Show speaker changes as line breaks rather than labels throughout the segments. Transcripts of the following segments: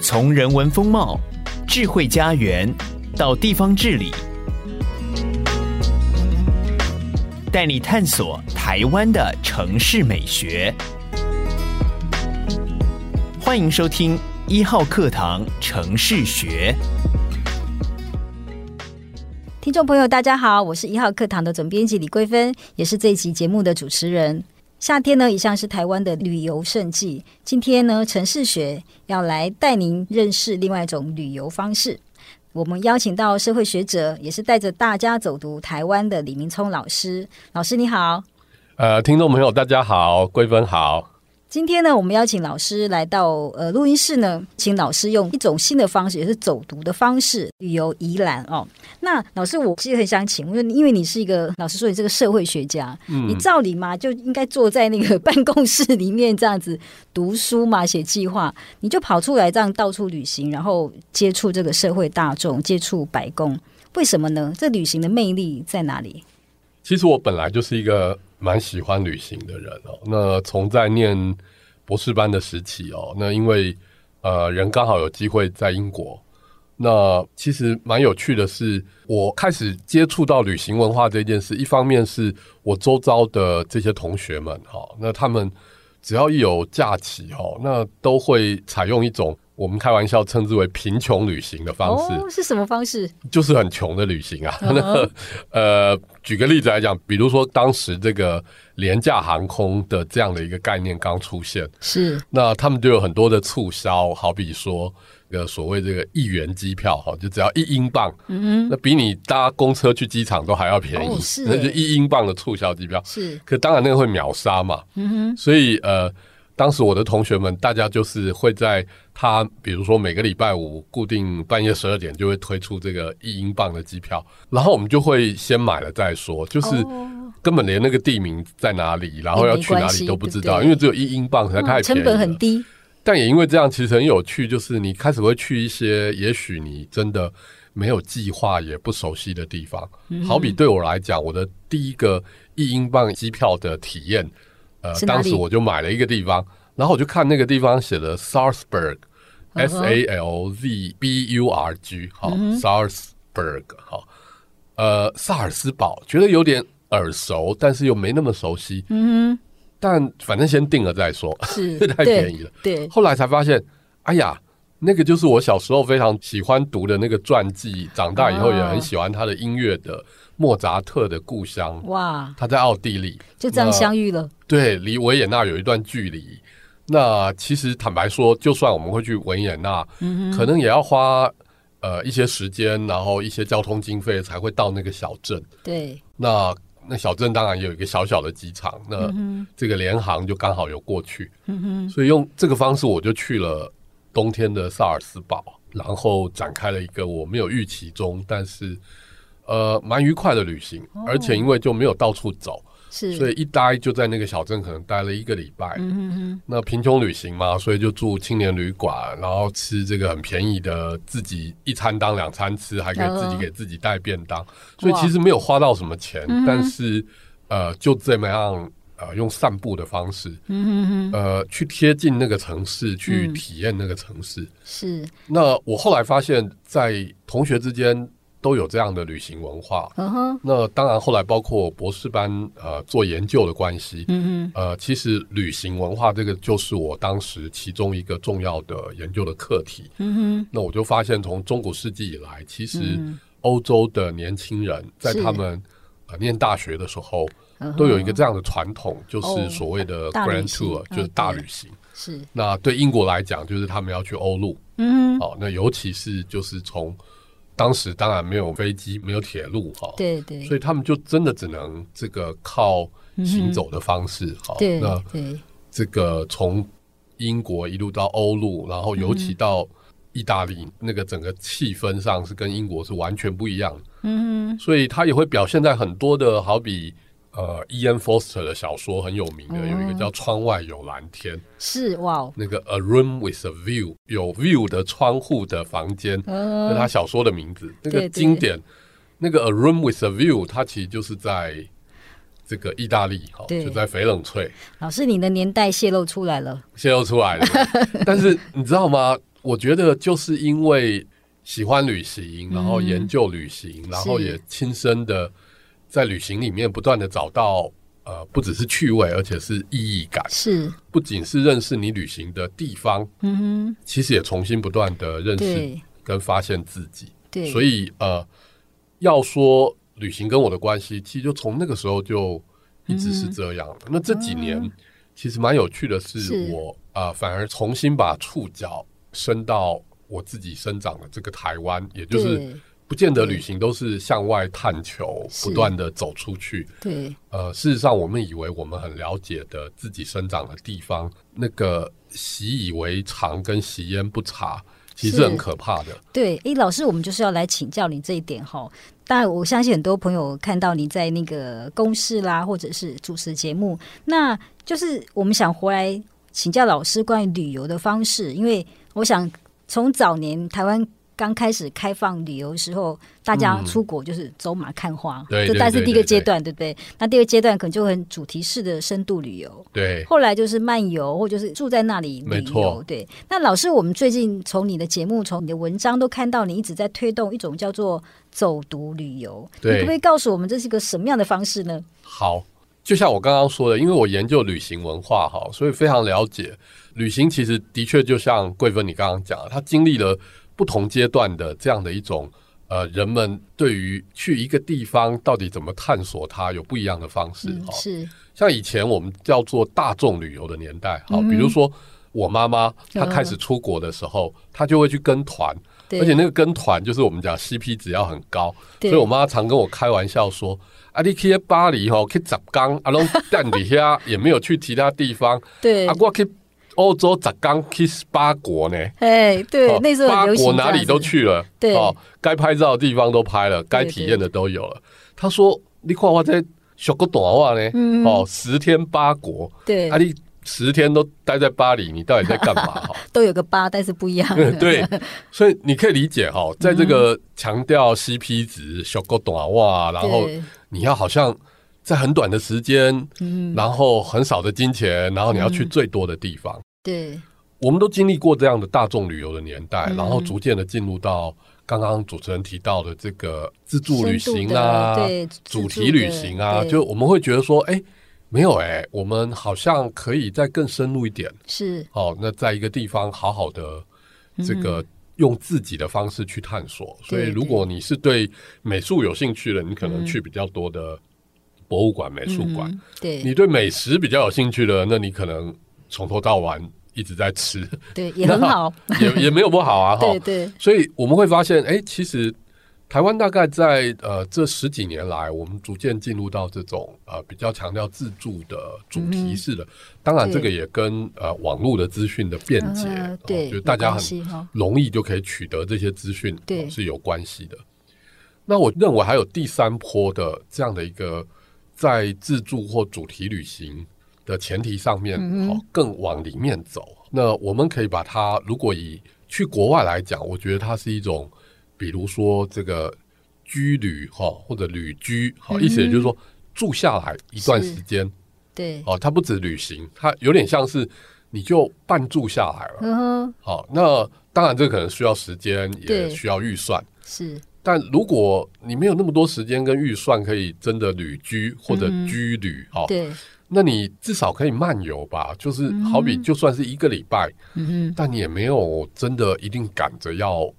从人文风貌、智慧家园到地方治理，带你探索台湾的城市美学。欢迎收听一号课堂城市学。
听众朋友，大家好，我是一号课堂的总编辑李桂芬，也是这一期节目的主持人。夏天呢，一向是台湾的旅游胜季。今天呢，城市学要来带您认识另外一种旅游方式。我们邀请到社会学者，也是带着大家走读台湾的李明聪老师。老师你好，
呃，听众朋友大家好，桂芬好。
今天呢，我们邀请老师来到呃录音室呢，请老师用一种新的方式，也是走读的方式，旅游宜兰哦。那老师，我其实很想请问，因为你是一个老师说你是个社会学家，
嗯
你照理嘛就应该坐在那个办公室里面这样子读书嘛，写计划，你就跑出来这样到处旅行，然后接触这个社会大众，接触白宫，为什么呢？这旅行的魅力在哪里？
其实我本来就是一个蛮喜欢旅行的人哦。那从在念博士班的时期哦，那因为呃人刚好有机会在英国，那其实蛮有趣的是，我开始接触到旅行文化这件事，一方面是我周遭的这些同学们哈、哦，那他们只要一有假期哈、哦，那都会采用一种我们开玩笑称之为贫穷旅行的方式。
哦，是什么方式？
就是很穷的旅行啊。
嗯哼
那呃，举个例子来讲，比如说当时这个廉价航空的这样的一个概念刚出现，
是
那他们就有很多的促销，好比说呃所谓这个一元机票哈，就只要一英镑，
嗯
那比你搭公车去机场都还要便宜，
哦是
那就
耶
一英镑的促销机票。
是
可当然那个会秒杀嘛，
嗯哼
所以呃，当时我的同学们，大家就是会在他，比如说每个礼拜五固定半夜十二点就会推出这个一英镑的机票，然后我们就会先买了再说，就是
哦
根本连那个地名在哪里，然后要去哪里都不知道，
也没关系对不对哦
因为只有一英镑实在太便宜
成
了，
本很低。
但也因为这样，其实很有趣，就是你开始会去一些也许你真的没有计划也不熟悉的地方。
嗯
好比对我来讲，我的第一个一英镑机票的体验，呃，
是哪里
当时我就买了一个地方，然后我就看那个地方写的 Salzburg。
嗯
S
哼嗯
A L Z B U R G 好、Salzburg 好，呃，萨尔斯堡觉得有点耳熟，但是又没那么熟悉，
嗯
但反正先定了再说。
哼，是
太便宜了。
对对，
后来才发现，哎呀，那个就是我小时候非常喜欢读的那个传记，长大以后也很喜欢他的音乐的莫扎特的故乡，
哇，
他在奥地利，
就这样相遇了，
对，离维也纳有一段距离。那其实坦白说，就算我们会去维也纳，可能也要花呃一些时间，然后一些交通经费才会到那个小镇。
对，
那那小镇当然也有一个小小的机场，
嗯
那这个联航就刚好有过去，所以用这个方式我就去了冬天的萨尔斯堡，然后展开了一个我没有预期中，但是呃蛮愉快的旅行，而且因为就没有到处走，
哦是，
所以一待就在那个小镇可能待了一个礼拜。
嗯哼哼，
那贫穷旅行嘛，所以就住青年旅馆，然后吃这个很便宜的，自己一餐当两餐吃，还可以自己
哦
给自己带便当，所以其实没有花到什么钱，但是呃，就这么样呃，用散步的方式，
嗯哼哼，
呃，去贴近那个城市，去
嗯
体验那个城市。
是，
那我后来发现，在同学之间都有这样的旅行文化。
嗯哼，
那当然，后来包括博士班呃做研究的关系，
嗯
呃，其实旅行文化这个就是我当时其中一个重要的研究的课题。
哼，嗯
那我就发现，从中古世纪以来，其实
嗯
欧洲的年轻人在
是
他们呃念大学的时候，
哼，
都有一个
嗯
这样的传统，就
哦
是所谓的
大旅
grand
行
tour，
嗯
就是大
对
旅行。
哼是，
那对英国来讲，就是他们要去欧陆，
嗯哼，
哦，那尤其是就是从当时当然没有飞机，没有铁路，哈、哦，
对对嗯
所以他们就真的只能这个靠行走的方式，好、
对
那
对，
这个从英国一路到欧陆，然后尤其
嗯
到意大利，那个整个气氛上是跟英国是完全不一样的，
嗯哼，
所以它也会表现在很多的，好比呃，E.N. Foster 的小说很有名
哦
的，有一个叫《窗外有蓝天》，
是哇哦，
那个 A Room with a View 有 view 的窗户的房间，那
嗯
他小说的名字，那
对
个
对
经典，那个《A Room with a View》，它其实就是在这个意大利哈，
对
就在翡冷翠
老师你的年代泄露出来了，
泄露出来的。但是你知道吗？我觉得就是因为喜欢旅行，然后
嗯
研究旅行，然后
是
也亲身的在旅行里面不断的找到呃，不只是趣味，而且是意义感。
是，
不仅是认识你旅行的地方，
嗯哼，
其实也重新不断的认识
对
跟发现自己。
对，
所以呃，要说旅行跟我的关系，其实就从那个时候就一直是这样的。那这几年、其实蛮有趣的是，
嗯哦是
我啊、呃反而重新把触角伸到我自己生长的这个台湾，也就是
对
不见得旅行都是向外探求，
是
不断的走出去。
对
呃，事实上，我们以为我们很了解的自己生长的地方，那个习以为常跟习焉不察，其实
是
是很可怕的。
对，诶，老师，我们就是要来请教你这一点哈。当然，我相信很多朋友看到你在那个公示啦，或者是主持节目，那就是我们想回来请教老师关于旅游的方式，因为我想从早年台湾。刚开始开放旅游的时候，大家
嗯
出国就是走马看花，
对
这
对
大概是
对
第一个
对
阶
对
段，对不对？那第二个阶段可能就很主题式的深度旅游，
对，
后来就是漫游，或就是住在那里旅
没
游
错。
对，那老师，我们最近从你的节目、从你的文章都看到，你一直在推动一种叫做走读旅游。
对
你可不可以告诉我们这是一个什么样的方式呢？
好，就像我刚刚说的，因为我研究旅行文化哈，所以非常了解旅行。其实的确就像桂芬你刚刚讲的，它经历了不同阶段的这样的一种呃，人们对于去一个地方到底怎么探索它，有不一样的方式
嗯
哈，。
是
像以前我们叫做大众旅游的年代，好，
嗯
比如说我妈妈她
嗯
开始出国的时候，她就会去跟团，
对，
而且那个跟团就是我们讲 CP 值要很高，
对
所以我妈常跟我开玩笑说：“啊，你去巴黎吼，去十缸，啊，拢蛋底下 也没有去其他地方，
对
啊，，我去欧洲十缸去八国呢。”
哎，对
哦，
那时候很
八
流行
国
这样
哪里
子
都，去了，
对
哦，该拍照的地方都拍了，该体验的都有了。他说：“你看我在小个短袜呢，
嗯
哦，十天八国，
对
啊，，你十天都待在巴黎，你到底在干 嘛？”哈、
都有个八，但是不一样的。
对，所以你可以理解哈、在这个
嗯
强调 CP 值、小个短袜，然后
对
你要好像在很短的时间，
嗯，
然后很少的金钱，然后你要去最多的地方。
对，
我们都经历过这样的大众旅游的年代，
嗯
然后逐渐的进入到刚刚主持人提到的这个自助旅行
深
啊
度的对、
主题旅行啊，
自助的对
就我们会觉得说，哎，没有哎，我们好像可以再更深入一点
是，
哦。那在一个地方好好的这个用自己的方式去探索。所以，
嗯对
如果你是对美术有兴趣的，你可
嗯
能去比较多的博物馆、美术馆；
嗯，对
你对美食比较有兴趣的，那你可能从头到晚一直在吃。
对，也很好，
也也没有不好啊，哈
对。对
所以我们会发现，哎、其实台湾大概在呃这十几年来，我们逐渐进入到这种呃比较强调自助的主题式的。当然，
嗯对
这个也跟呃网络的资讯的便捷，
啊
哦
对
就是大家
有关
很
系哈
容易就可以取得这些资讯，
对
哦是有关系的。那我认为还有第三波的这样的一个在自助或主题旅行的前提上面，
嗯
哦，更往里面走。那我们可以把它，如果以去国外来讲，我觉得它是一种，比如说这个居旅哈、哦或者旅居哈、哦意思也就是说住下来一段
嗯是
时间
对，
哦，它不止旅行，它有点像是你就半住下来了。
嗯哼，
好、那当然这可能需要时间，也
对
需要预算。
是
但如果你没有那么多时间跟预算，可以真的旅居或者居旅，哦，
嗯对，
那你至少可以漫游吧。就是好比就算是一个礼拜，
嗯哼，
但你也没有真的一定赶着要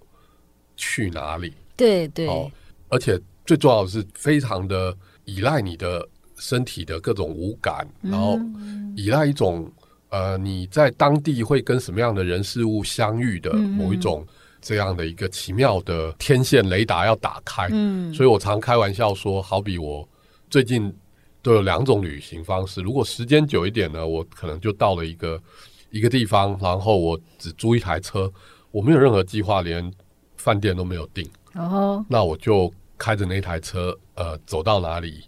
去哪里，
对对。
哦，而且最重要的是非常的依赖你的身体的各种五感，
嗯
然后依赖一种呃你在当地会跟什么样的人事物相遇的
嗯
某一种这样的一个奇妙的天线雷达要打开。
嗯，
所以我常开玩笑说，好比我最近都有两种旅行方式。如果时间久一点呢，我可能就到了一个一个地方，然后我只租一台车，我没有任何计划，连饭店都没有订。
然后
那我就开着那台车，呃，走到哪里，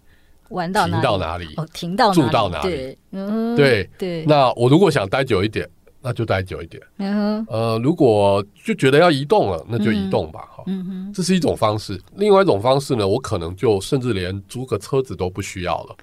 玩到哪
停
里？
到哪里。
哦，停到哪
住到哪里
对，嗯哼，
对，
对，
那我如果想待久一点，那就待久一点。
嗯哼，
呃，如果就觉得要移动了，那就移动吧。哈、
嗯哼，
这是一种方式。另外一种方式呢，我可能就甚至连租个车子都不需要了，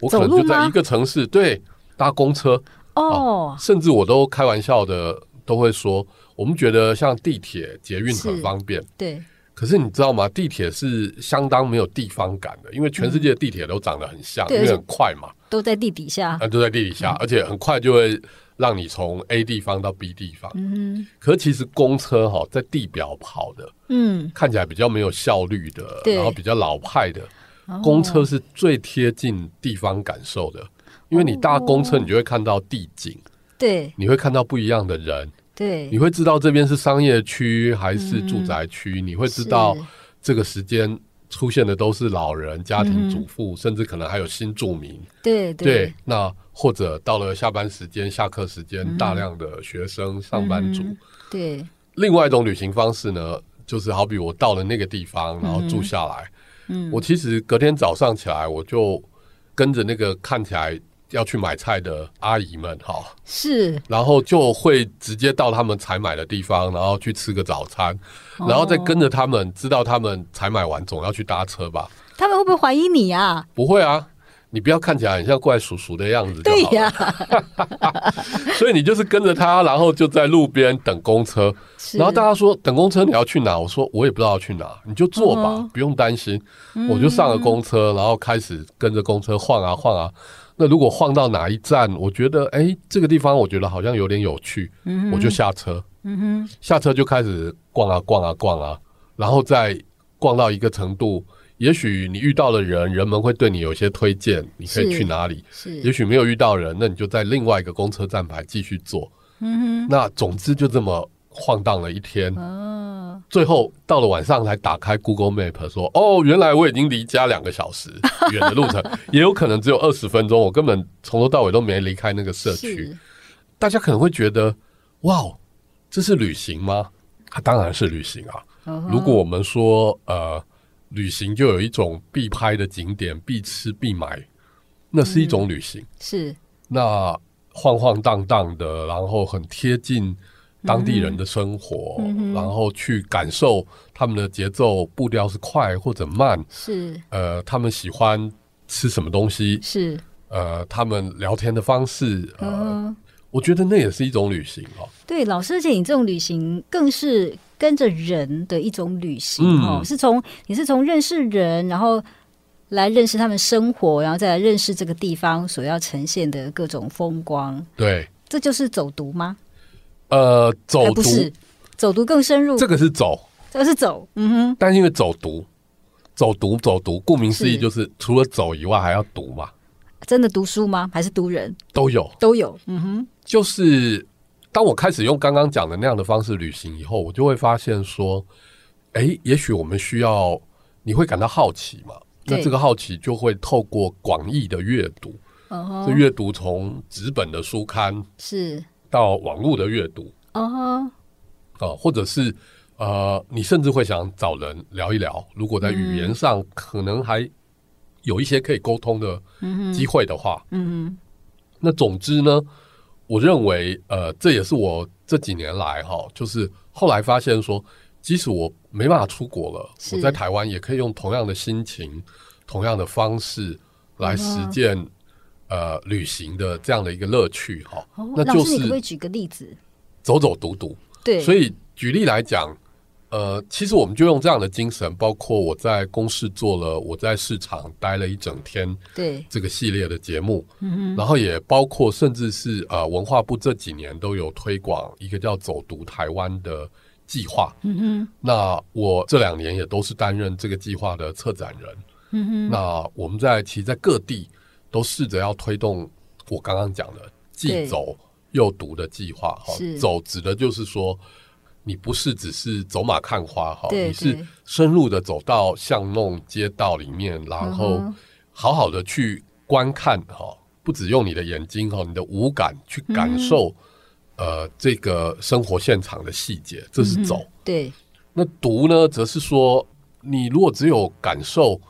我可能
走路
就
吗
在一个城市，对，搭公车，
哦，
甚至我都开玩笑的都会说，我们觉得像地铁、捷运很
是
方便，
对，
可是你知道吗？地铁是相当没有地方感的，因为全世界的地铁都长得很像，
嗯对嗯
因为
而且
很快嘛，
都在地底下，
啊，都在地底下，而且很快就会让你从 A 地方到 B 地方。
嗯
可是其实公车哈、在地表跑的，
嗯，
看起来比较没有效率的，
对
然后比较老派的，
哦
公车是最贴近地方感受的。因为你搭公
哦
车，你就会看到地景，
对
你会看到不一样的人，你
对，
会知道这边是商业区还是住宅区，你会知道
嗯是
这个时间出现的都是老人、家庭主妇，甚至可能还有新住民。
嗯对对
那或者到了下班时间、下课时间，大量的学生、上班族。
嗯对，
另外一种旅行方式呢，就是好比我到了那个地方，然后住下来，
嗯
我其实隔天早上起来，我就跟着那个看起来要去买菜的阿姨们哈，
是，
然后就会直接到他们采买的地方，然后去吃个早餐，
哦
然后再跟着他们，知道他们采买完总要去搭车吧？
他们会不会怀疑你啊？
不会啊。你不要看起来很像怪叔叔的样子就
对
好了，
呀、
所以你就是跟着他，然后就在路边等公车，
是
然后大家说等公车你要去哪？我说我也不知道要去哪，你就坐吧，
嗯
不用担心。我就上了公车，然后开始跟着公车晃啊晃啊。那如果晃到哪一站，我觉得哎这个地方我觉得好像有点有趣，
嗯
我就下车。下车就开始逛啊逛啊逛啊，然后再逛到一个程度，也许你遇到了人，人们会对你有一些推荐，你可以
是
去哪里。也
是，
许没有遇到人，那你就在另外一个公车站牌继续坐。嗯哼，那总之就这么晃荡了一天，
哦，
最后到了晚上才打开 Google Map 说：“哦，原来我已经离家两个小时远的路程，也有可能只有二十分钟，我根本从头到尾都没离开那个社区。
是”
大家可能会觉得：“哇，这是旅行吗？”它当然是旅行啊。
哦
如果我们说呃，旅行就有一种必拍的景点、必吃必买，那是一
嗯
种旅行。
是
那晃晃荡荡的，然后很贴近当地
嗯
人的生活，然后去感受他们的节奏步调是快或者慢，
是
呃，他们喜欢吃什么东西，
是，
呃，他们聊天的方式，呃，
嗯，
我觉得那也是一种旅行哦。
对，老师，而且你这种旅行更是跟着人的一种旅行、
嗯
哦，是从你是从认识人，然后来认识他们生活，然后再来认识这个地方所要呈现的各种风光，
对，
这就是走读吗？
呃，
哎
走
不
读
是，走读更深入，
这个是走，
这是走，嗯哼，
但是因为走读，走读走读，顾名思义
是
就是除了走以外还要读嘛，
真的读书吗？还是读人
都有。
都有？嗯哼，
就是当我开始用刚刚讲的那样的方式旅行以后，我就会发现说，诶，也许我们需要，你会感到好奇嘛？
对
那这个好奇就会透过广义的阅读，
哦吼，
这阅读从纸本的书刊
是，
到网络的阅读
哦吼，
啊、或者是呃，你甚至会想找人聊一聊，如果在语
嗯
言上可能还有一些可以沟通的机会的话，
嗯
那总之呢，我认为呃，这也是我这几年来哈，就是后来发现说，即使我没办法出国了，
是
我在台湾也可以用同样的心情、同样的方式
嗯
来实践、呃旅行的这样的一个乐趣哈。
哼，哦
那
老
就
师，你可不可以
是
举个例子？
走走读读。
对，
所
以
以举例来讲，呃，其实我们就用这样的精神，包括我在公司做了，我在市场待了一整天，
对，嗯
这个系列的节目，然后也包括甚至是呃文化部这几年都有推广一个叫“走读台湾”的计划，
嗯
那我这两年也都是担任这个计划的策展人，
哼，嗯哼，
那我们在其实，在各地都试着要推动我刚刚讲的既
对
走又读的计划，哈
是，
走指的就是说。你不是只是走马看花哈，
对
你是
对
深入的走到巷弄、街道里面，然后
嗯哼
好好的去观看哈，不只用你的眼睛哈，你的五感去感
嗯
受、呃这个生活现场的细节，这是
嗯
走。
对，
那读呢，则是说你如果只有感受，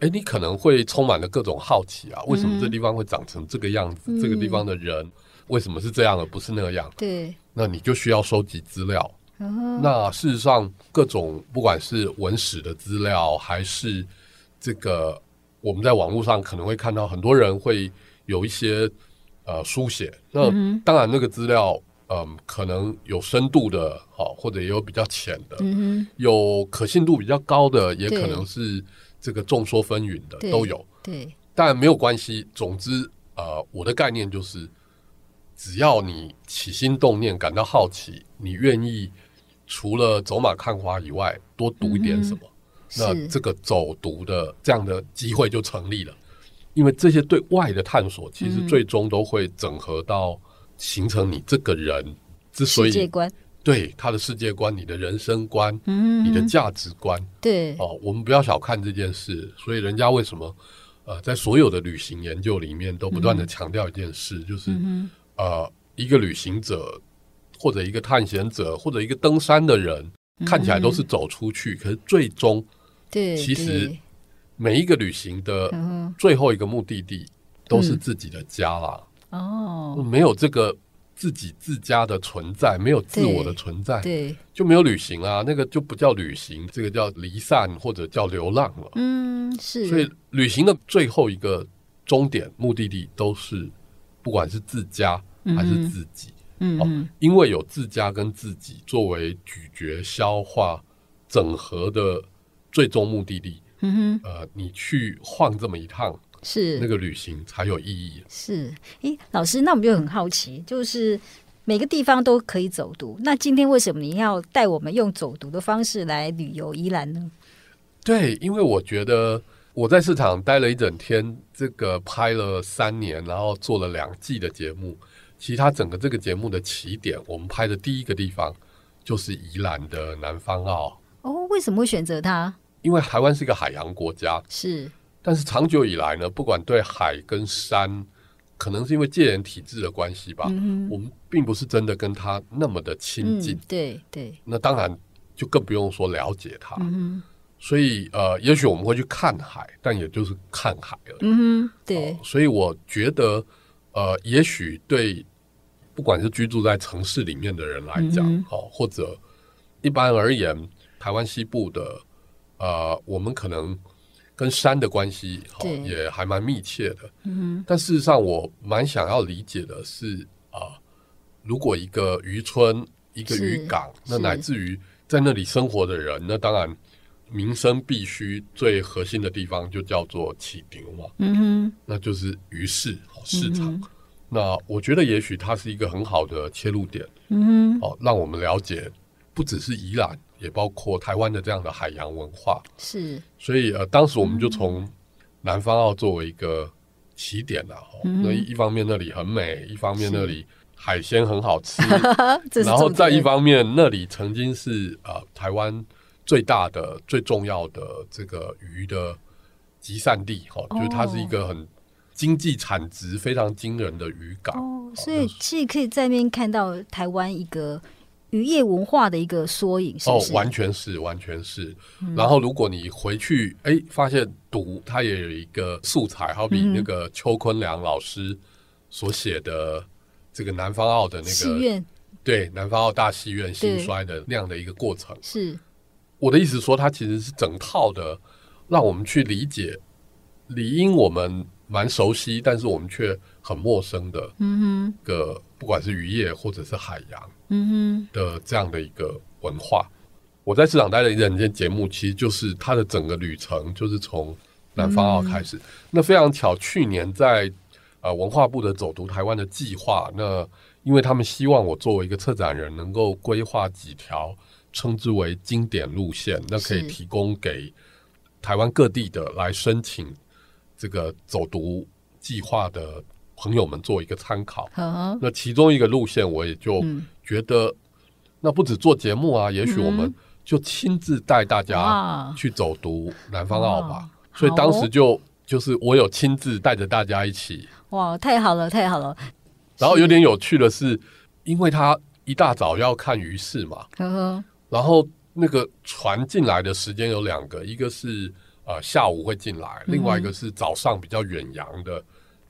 哎，你可能会充满了各种好奇啊，为什么
嗯
这地方会长成这个样子？这个地方的人为什么是这样而不是那样？
对，
那你就需要收集资料。
嗯哼。
那事实上，各种不管是文史的资料，还是这个我们在网络上可能会看到很多人会有一些呃书写。那当然，那个资料嗯，可能有深度的，好、或者也有比较浅的，
嗯哼，
有可信度比较高的，也
对
可能是这个众说纷纭的
对
都有，
对，
但没有关系。总之，呃，我的概念就是，只要你起心动念感到好奇，你愿意除了走马看花以外，多读一点什么，那
嗯是
这个走读的这样的机会就成立了。因为这些对外的探索，其
嗯
实最终都会整合到形成你这个人之所
世界
以
观，
对他的世界观、你的人生观、
嗯，
你的价值观，
对，
哦，我们不要小看这件事，所以人家为什么呃，在所有的旅行研究里面都不断的强调一件事，就是、
嗯
呃，一个旅行者或者一个探险者或者一个登山的人，
嗯
看起来都是走出去，可是最终
哼，对，
其实
对，
每一个旅行的
然后
最后一个目的地都是
嗯
自己的家啦，
哦，
没有这个自己自家的存在，没有自我的
对
存在，
对，
就没有旅行啊，那个就不叫旅行，这个叫离散或者叫流浪了。
嗯，是，
所以旅行的最后一个终点目的地都是，不管是自家还是自己，
嗯嗯，
因为有自家跟自己作为咀嚼、消化、整合的最终目的地，
嗯哼，
呃，你去晃这么一趟，
是
那个旅行才有意义。
是，诶，老师，那我们就很好奇，就是每个地方都可以走读，那今天为什么你要带我们用走读的方式来旅游宜兰呢？
对，因为我觉得我在市场待了一整天，这个拍了三年，然后做了两季的节目。其实它整个这个节目的起点，我们拍的第一个地方就是宜兰的南方澳，
哦，为什么会选择它？
因为台湾是一个海洋国家，
是，
但是长久以来呢，不管对海跟山，可能是因为戒严体制的关系吧，我们并不是真的跟它那么的亲
嗯
啊近。，
对对，
那当然就更不用说了解它。
嗯
所以呃，也许我们会去看海，但也就是看海而已。
嗯哼，对
哦，所以我觉得呃，也许对不管是居住在城市里面的人来讲，
嗯
哦，或者一般而言，台湾西部的呃，我们可能跟山的关系哦
对
也还蛮密切的。
嗯
但事实上，我蛮想要理解的是啊、如果一个渔村、一个
是
渔港，那
是
乃至于在那里生活的人，那当然民生必须最核心的地方就叫做起牛嘛，
嗯哼，
那就是鱼市哦市
嗯
场。
哼
那我觉得也许它是一个很好的切入点
嗯哼，
哦，让我们了解不只是宜兰，也包括台湾的这样的海洋文化。
是，
所以呃，当时我
嗯
们就从南方澳作为一个起点啦、哦
嗯
那一方面那里很美，一方面
是
那里海鲜很好 吃，
这是
然后
重
在一
点
方面那里曾经是呃台湾最大的、最重要的这个鱼的集散地，哦，就是它是一个很经济产值非常惊人的渔港。
哦，所以其实可以在那边看到台湾一个渔业文化的一个缩影，是不
哦，
是？嗯
完全是，完全是。然后，如果你回去，哎，发现读它也有一个素材，好比
嗯哼
那个邱坤良老师所写的这个南方澳的那
戏
个，
院
对，南方澳大戏院兴
对
衰的那样的一个过程。
是，
我的意思说，它其实是整套的，让我们去理解，理应我们蛮熟悉，但是我们却很陌生的
嗯
一个，不管是渔业或者是海洋。
哼，嗯
的这样的一个文化。我在市场待的一整天节目，其实就是它的整个旅程，就是从南方
嗯
澳开始。那非常巧，去年在呃文化部的走读台湾的计划，那因为他们希望我作为一个策展人，能够规划几条称之为经典路线，那可以
是
提供给台湾各地的来申请这个走读计划的朋友们做一个参考。
哼，好，
那其中一个路线，我也就
嗯
觉得，那不止做节目啊，也许我
嗯
们就亲自带大家
哇，
去走读南方澳吧
哇。
所以
好
当时
啊哦
就就是我有亲自带着大家一起，
哇，太好了，太好了，
然后有点有趣的是，因为他一大早要看鱼市嘛，
呵呵，
然后那个船进来的时间有两个，一个是呃下午会进来，
嗯
另外一个是早上比较远洋的，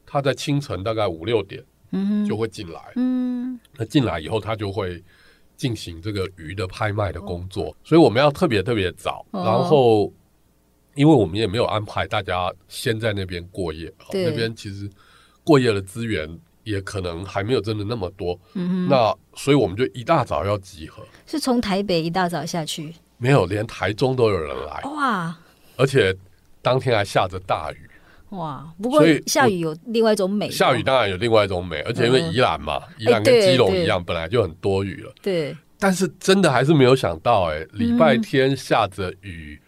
他在清晨大概五六点
嗯
就
哼，
会进来。
嗯，
那进来以后，他就会进行这个鱼的拍卖的工作，所以我们要特别特别早。
哦
然后，因为我们也没有安排大家先在那边过夜，哦
对
那边其实过夜的资源也可能还没有真的那么多。嗯、那所以我们就一大早要集合，
是从台北一大早下去，
没有连台中都有人来，
哇
而且当天还下着大雨。
哇！不过
所以我
下雨有另外一种美，哦
下雨当然有另外一种美，而且因为
嗯
宜兰嘛，宜兰跟
对
基隆
对
一样，本来就很多雨了。
对，
但是真的还是没有想到、哎，
嗯
礼拜天下着雨，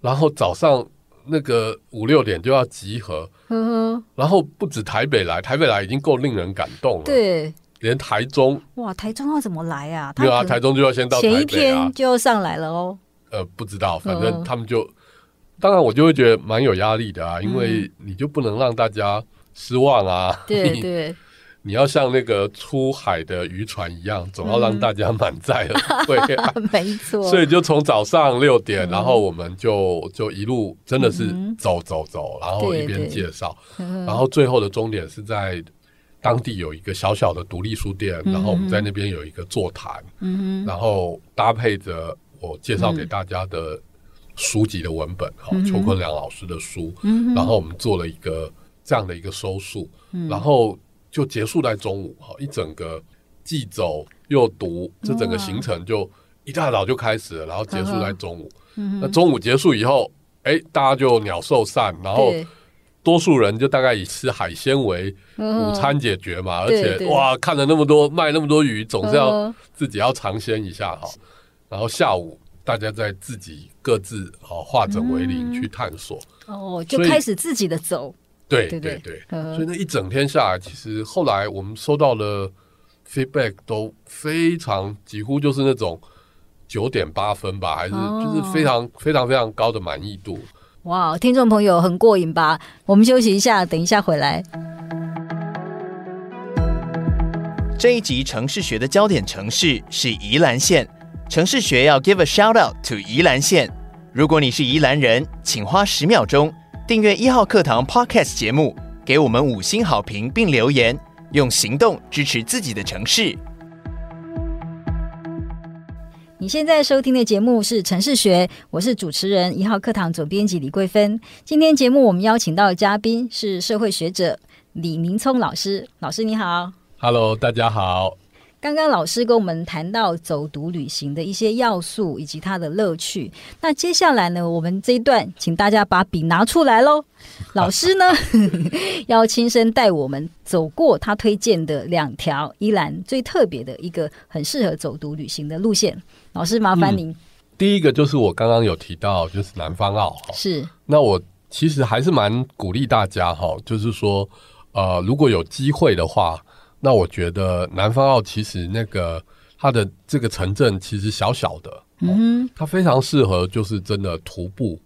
然后早上那个五六点就要集合，
呵呵，
然后不止台北来，台北来已经够令人感动了，
对，
连台中
哇，台中要怎么来啊？他
没有啊，
可能
台中就要先到
前
台
一
北啊
天，就要上来了哦。
呃，不知道，反
嗯
正他们就，当然我就会觉得蛮有压力
嗯
的啊，因为你就不能让大家失望啊，
对
你
对，
你要像那个出海的渔船一样，总
嗯
要让大家满载而归啊。
没错。嗯
所以就从早上六点，然后我们就就一路真的是走走走，然后
对
一边
嗯对
介绍，
嗯
然后最后的终点是在当地有一个小小的独立书店，然后我们在那边有一个座谈，
嗯
然后搭配着我介绍给大家的书籍的文本，哈、邱坤良老师的书，
嗯
然后我们做了一个这样的一个收束，然后就结束在中午，哈，一整个既走又读，这整个行程就一大早就开始了，然后结束在中午。
嗯
那中午结束以后，哎，大家就鸟兽散，然后
对
多数人就大概以吃海鲜为
嗯
午餐解决嘛，而
对
且
对
哇，看了那么多卖那么多鱼，总是要
嗯
自己要尝鲜一下哈。然后下午大家再自己各自哦化整为零去探索，
哦，就
所以
开始自己的走，
对
对
对
对
对
嗯
所以那一整天下来，其实后来我们收到了 feedback 都非常几乎就是那种九点八分吧，还是
哦
就是非常非常非常高的满意度。
哇，听众朋友很过瘾吧？我们休息一下，等一下回来。
这一集城市学的焦点城市是宜兰县，城市学要 give a shout out to 宜兰县。如果你是宜兰人，请花十秒钟订阅一号课堂 podcast 节目，给我们五星好评并留言，用行动支持自己的城市。
你现在收听的节目是《城市学》，我是主持人一号课堂总编辑李桂芬。今天节目我们邀请到的嘉宾是社会学者李明聪老师，老师你好。
Hello，大家好，
刚刚老师跟我们谈到走读旅行的一些要素以及它的乐趣。那接下来呢，我们这一段请大家把笔拿出来 喽。老师呢， 要亲身带我们走过他推荐的两条依兰最特别的一个很适合走读旅行的路线。老师，麻
嗯
烦您、
第一个就是我刚刚有提到，就是南方澳哈。
是
那我其实还是蛮鼓励大家哈，就是说，呃，如果有机会的话，那我觉得南方澳其实那个它的这个城镇其实小小的，
嗯
它非常适合就是真的徒步。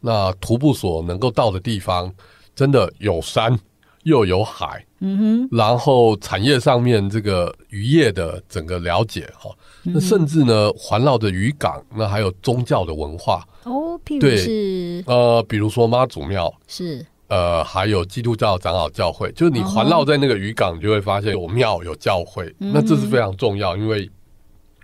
那徒步所能够到的地方，真的有山又有海，
嗯
然后产业上面这个渔业的整个了解哈，那甚至呢环绕着渔港，那还有宗教的文化，
哼，哦，譬如
对
是
呃，比如说妈祖庙，
是
呃，还有基督教长老教会，就是你环绕在那个渔港，你就会发现有庙有教会，那这是非常重要，因为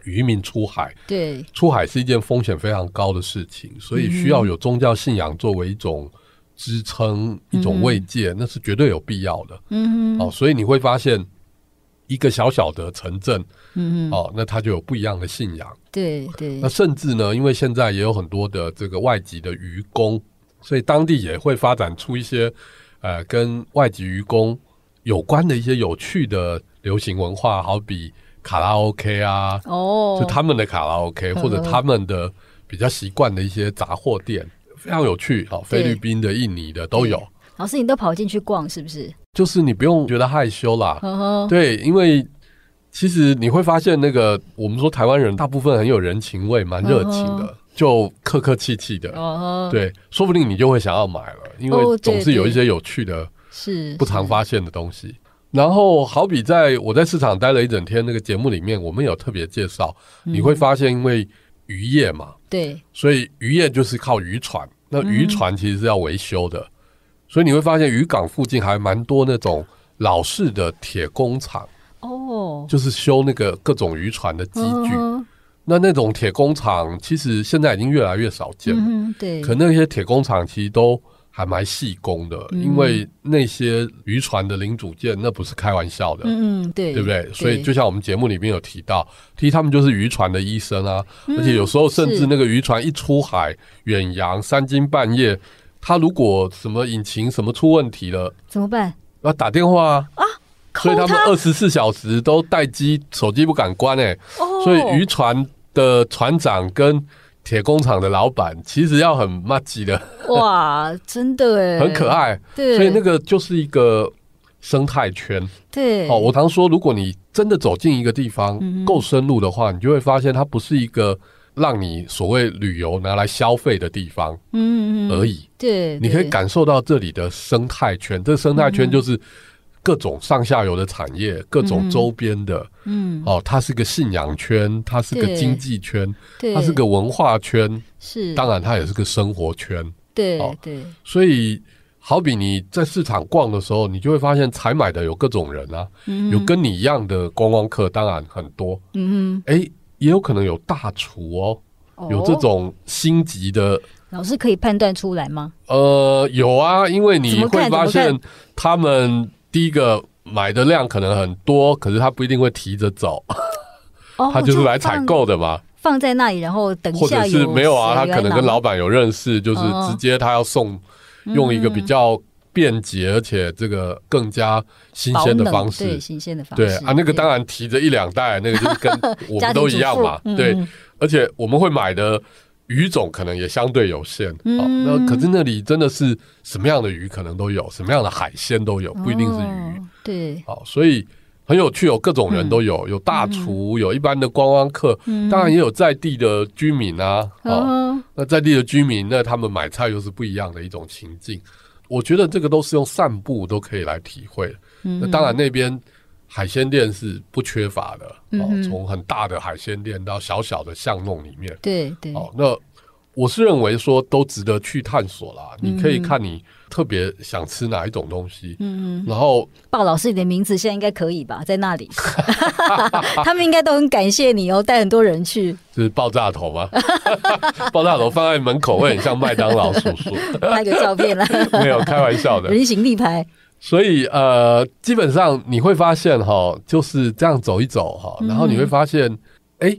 渔民出海，
对，
出海是一件风险非常高的事情，所以需要有宗教信仰作为一种支撑、一种慰藉，那是绝对有必要的。
嗯哼，
哦，所以你会发现一个小小的城镇，
嗯哼，
哦，那它就有不一样的信仰。
对对
那，甚至呢，因为现在也有很多的这个外籍的渔工，所以当地也会发展出一些呃跟外籍渔工有关的一些有趣的流行文化，好比卡拉 OK 啊，
哦，
就他们的卡拉 OK，或者他们的比较习惯的一些杂货店，非常有趣。好、菲律宾的、印尼的都有，
老师你都跑进去逛是不是？嗯
就是你不用觉得害羞啦。
呵呵，
对，因为其实你会发现，那个我们说台湾人大部分很有人情味，蛮热情的，就客客气气的。
嗯哦，
对，说不定你就会想要买了，因
哦
为
对
总是有一些有趣的、
是
不常发现的东西。然后，好比在我在市场待了一整天，那个节目里面，我们有特别介绍，
嗯
你会发现，因为渔业嘛，
对，
所以渔业就是靠渔船，
嗯
那渔船其实是要维修的，所以你会发现渔港附近还蛮多那种老式的铁工厂。
哦，
就是修那个各种渔船的机具。
嗯
那那种铁工厂，其实现在已经越来越少见了。
嗯，对，
可那些铁工厂其实都还蛮细工的，因为那些渔船的零组件那不是开玩笑的，
嗯嗯，对，
对不对？所以就像我们节目里面有提到，其实他们就是渔船的医生啊，而且有时候甚
是
至那个渔船一出海远洋三更半夜，他如果什么引擎什么出问题了，
怎么办？哦
要打电话啊。所以他们
抠
二十四小时都待机，手机不敢关哎、
哦
所以渔船的船长跟铁工厂的老板其实要很骂鸡的，
哇，真的哎，
很可，爱。
对，
所以那个就是一个生态圈。
对嗯
哦，我常说，如果你真的走进一个地方够深入的话，你就会发现它不是一个让你所谓旅游拿来消费的地方
嗯嗯嗯，
而已。
对，嗯
你可以
对
感受到这里的生态圈，这生态圈就是各种上下游的产业，各种周边的。
嗯
哦，它是个信仰圈，它是个
对
经济圈，
对，嗯
它是个文化圈，
是
当然它也是个生活圈。
对
哦
对
所以，好比你在市场逛的时候，你就会发现采买的有各种人啊，有跟你一样的观光客，当然很多，
嗯
哎，也有可能有大厨哦，
哼，
有
哦
这种星级的。
老师可以判断出来吗？
呃，有啊，因为
怎
你
么看
会发
怎
现他们第一个买的量可能很多，可是他不一定会提着走，
哦，
他就是来
放
采购的嘛。
放在那里，然后等一
或
下
者是没有啊，他
谁
可能
来
跟
拿
老板有认识，就是
哦嗯
直接他要送，用一个比较便捷而且这个更加新
保
鲜的
冷
方
对
式。
新鲜的方式
对啊，那个当然提着一两袋，那个就是 跟我
家庭
们都
主
一样
妇
嘛。
嗯
对
嗯，
而且我们会买的鱼种可能也相对有限。哦，
嗯
那可是那里真的是什么样的鱼可能都有，什么样的海鲜都有，
对
不一定是鱼。
哦对，
好，所以很有趣，有哦各种人都有，有大厨，有一般的观光客，当然也有在地的居民啊。哦，
嗯
那在地的居民，那他们买菜又是不一样的一种情境。我觉得这个都是用散步都可以来体会的。那当然那边。海鲜店是不缺乏的哦，从很大的海鲜店到小小的巷弄里面，
对对，
哦，那我是认为说都值得去探索啦。你可以看你特别想吃哪一种东西，嗯，然后
鲍老师，你的名字现在应该可以吧？在 那里， 他们应该都很感谢你哦，带很多人 去，
就是爆炸头吗？ 爆炸头放在门口会很像麦当劳叔叔，
拍个照片啦，
没有开玩笑的。
人形立牌，
所以呃，基本上你会发现哈，就是这样走一走哈，然后你会发现，哎、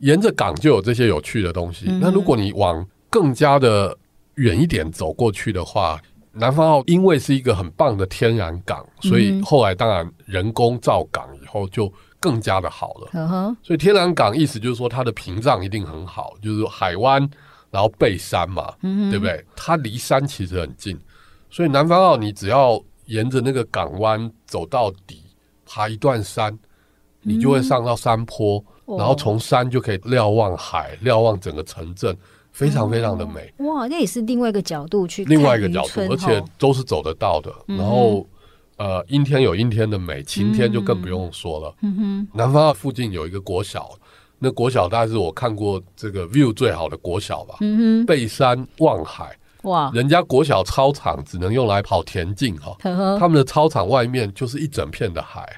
沿着港就有这些有趣的东西。那如果你往更加的远一点走过去的话，南方澳因为是一个很棒的天然港，所以后来当然人工造港以后就更加的好了。
嗯哼，
所以天然港意思就是说它的屏障一定很好，就是海湾，然后背山嘛，
嗯
对不对？它离山其实很近，所以南方哦澳你只要沿着那个港湾走到底，爬一段山，你就会上到山坡，
哦
然后从山就可以瞭望海，瞭望整个城镇，非常非常的美。
哇，那也是另外一个角度去看
另外一个角
渔
度
村，
而且
哦
都是走得到的。然后，呃，阴天有阴天的美，晴天就更不用说了。嗯哼，南方附近有一个国小，那国小大概是我看过这个 view 最好的国小吧。
嗯
背山望海，
哼，哇，
人家国小操场只能用来跑田径哈、
呵呵，
他们的操场外面就是一整片的海，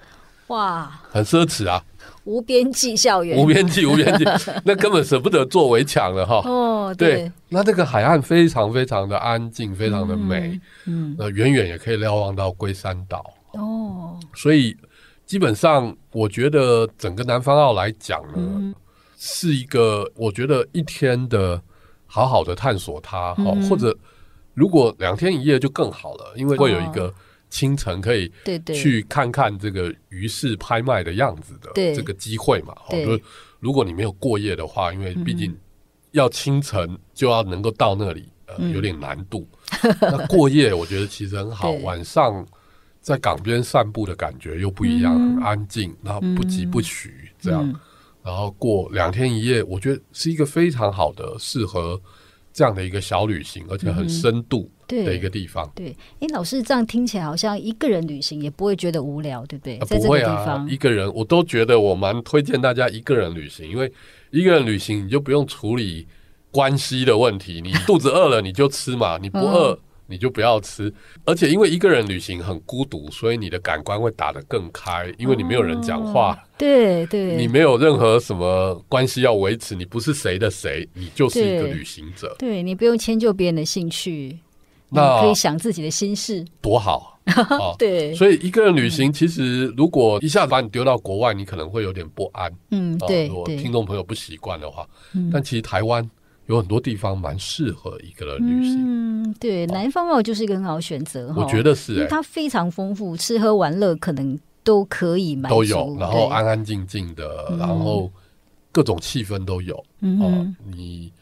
哇，
很奢侈啊，
无边际校园，
无边际无边际，那根本舍不得做围墙了哈、
哦，
对
对，，
那这个海岸非常非常的安静，非常的美，嗯，那远远也可以瞭望到龟山岛，
哦，
所以基本上我觉得整个南方澳来讲呢，是一个我觉得一天的好好的探索它，哈、或者如果两天一夜就更好了，因为会有一个清晨可以
对对，
去看看这个鱼市拍卖的样子的
对
这个机会嘛。哦
对嗯
就是如果你没有过夜的话，因为毕竟要清晨就要能够到那里，呃，
嗯
有点难度。那过夜我觉得其实很 好，
对
晚上在港边散步的感觉又不一样，
嗯
很安静，然后不急不徐这样。然后过两天一夜，我觉得是一个非常好的适合这样的一个小旅行，而且很深度
嗯对
的一个地方。
对，哎，老师这样听起来好像一个人旅行也不会觉得无聊，对不对？
啊
在
不
这个
会
地
啊
方，，
一个人我都觉得我蛮推荐大家一个人旅行，因为一个人旅行你就不用处理关系的问题，你肚子饿了你就吃嘛，你不
嗯
饿你就不要吃。而且因为一个人旅行很孤独，所以你的感官会打得更开，因为你没有人讲话，
对哦对，
你没有任何什么关系要维持，你不是谁的谁，你就是一个
对
旅行者。
对你不用迁就别人的兴趣，
那
可以想自己的心事。
多好啊！
对，
所以一个人旅行，其实如果一下子把你丢到国外，你可能会有点不安。
嗯，
啊
对
如果
对，
听众朋友不习惯的话，
嗯
但其实台湾有很多地方蛮适合一个人旅行，
嗯，对，南方澳就是一个很好的选择哈。
我觉得是
因为
哎、
它非常丰富，吃喝玩乐可能都可以满足，
都有，然
对，
后安安静静的，
嗯
然后各种气氛都有
嗯
哦、
哼
你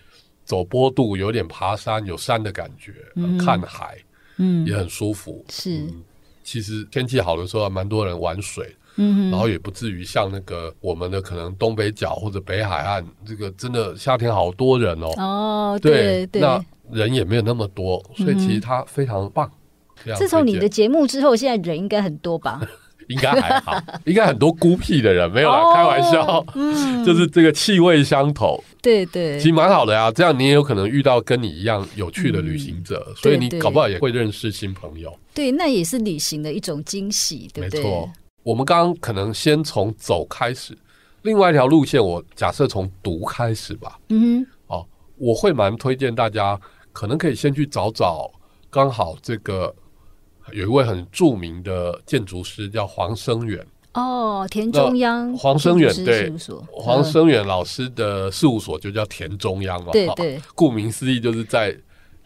走坡度，有点爬山，有山的感觉，
嗯
看海
嗯
也很舒服。
是
嗯其实天气好的时候，还蛮多人玩水，
嗯
然
哼，
后也不至于像那个我们的可能东北角或者北海岸，这个真的夏天好多人哦。
哦，对对。
那人也没有那么多，所以其
嗯
实
哼
它非常棒。非常
自从你的
推荐
节目之后，现在人应该很多 吧？
应该还好， 应该很多孤僻的人没有啦，
哦
开玩笑，
嗯，
就是这个气味相投，
对对
其，实蛮好的呀。这样你也有可能遇到跟你一样有趣的旅行者，所以你
嗯对
搞不好也会认识新朋友。
对，那也是旅行的一种惊喜，对
没
不对？
错，我们刚刚可能先从走开始，另外一条路线，我假设从读开始吧。
嗯
哦，我会蛮推荐大家，可能可以先去找找，刚好这个有一位很著名的建筑师叫黄生远，
哼，哦，田中央
黄生远
建筑师
对
事务所，
黄
嗯
生远老师的事务所就叫田中央嘛，
对
哈
对，
顾名思义就是在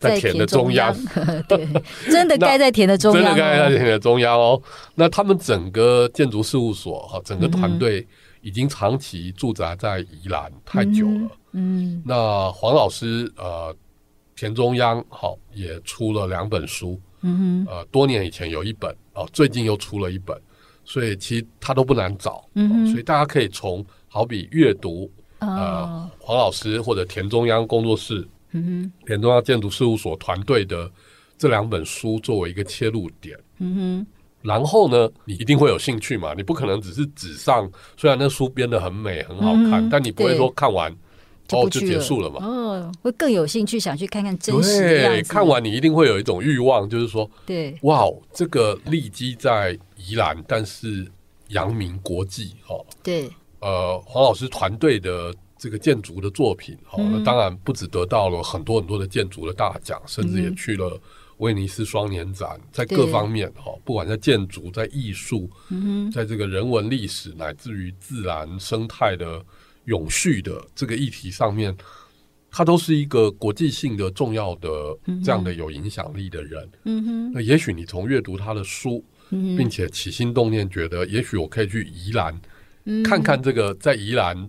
在田的中央，
央， 对，真的
那
盖在田的中
真
央
的
哦，
在田的中央哦。那他们整个建筑事务所哈，整个团队
嗯
已经长期驻扎在宜兰太久了。
嗯
那黄老师呃，田中央好、也出了两本书，
嗯
呃，多年以前有一本哦、最近又出了一本，所以其实它都不难找，哦
嗯哼
所以大家可以从好比阅读
哼，哦，
呃，黄老师或者田中央工作室、
嗯
田中央建筑事务所团队的这两本书作为一个切入点。
哼，嗯
然后呢，你一定会有兴趣嘛？你不可能只是纸上，虽然那书编的很美、很好看，
嗯
但你不会
对
说看完
就
哦
不
就
去
结束了嘛
哼，？哦，会更有兴趣想去看看真实的样
对，
子，
看完你一定会有一种欲望，就是说，
对，
哇，哦，这个立基在宜兰，但是扬名国际哦。
对，
呃，黄老师团队的这个建筑的作品，哦，
嗯
那当然不止得到了很多很多的建筑的大奖，甚至也去了威尼斯双年展，在
嗯
各
对
方面，哦，不管在建筑、在艺术、
嗯
在这个人文历史，乃至于自然生态的永续的这个议题上面，他都是一个国际性的重要的
嗯
这样的有影响力的人。
哼，嗯哼，
那也许你从阅读他的书，
嗯
并
哼，
且起心动念，觉得也许我可以去宜兰
嗯
看看这个在宜兰。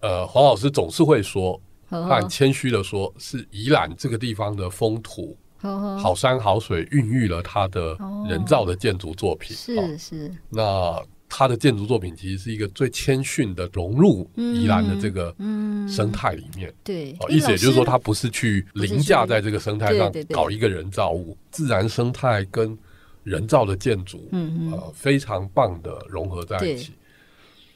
呃，黄老师总是会说，
呵
他
呵
很谦虚的说，是宜兰这个地方的风土、
呵呵，
好山好水，孕育了他的人造的建筑作品。哦
哦是是，
那他的建筑作品其实是一个最谦逊的融入宜兰的这个
嗯，
生态里面。
对
哦，，
诶
意思也就是说，，
老师
他不是去凌驾在这个生态上
不是去对对对
搞一个人造物，自然生态跟人造的建筑，
嗯嗯，
呃，非常棒的融合在一起。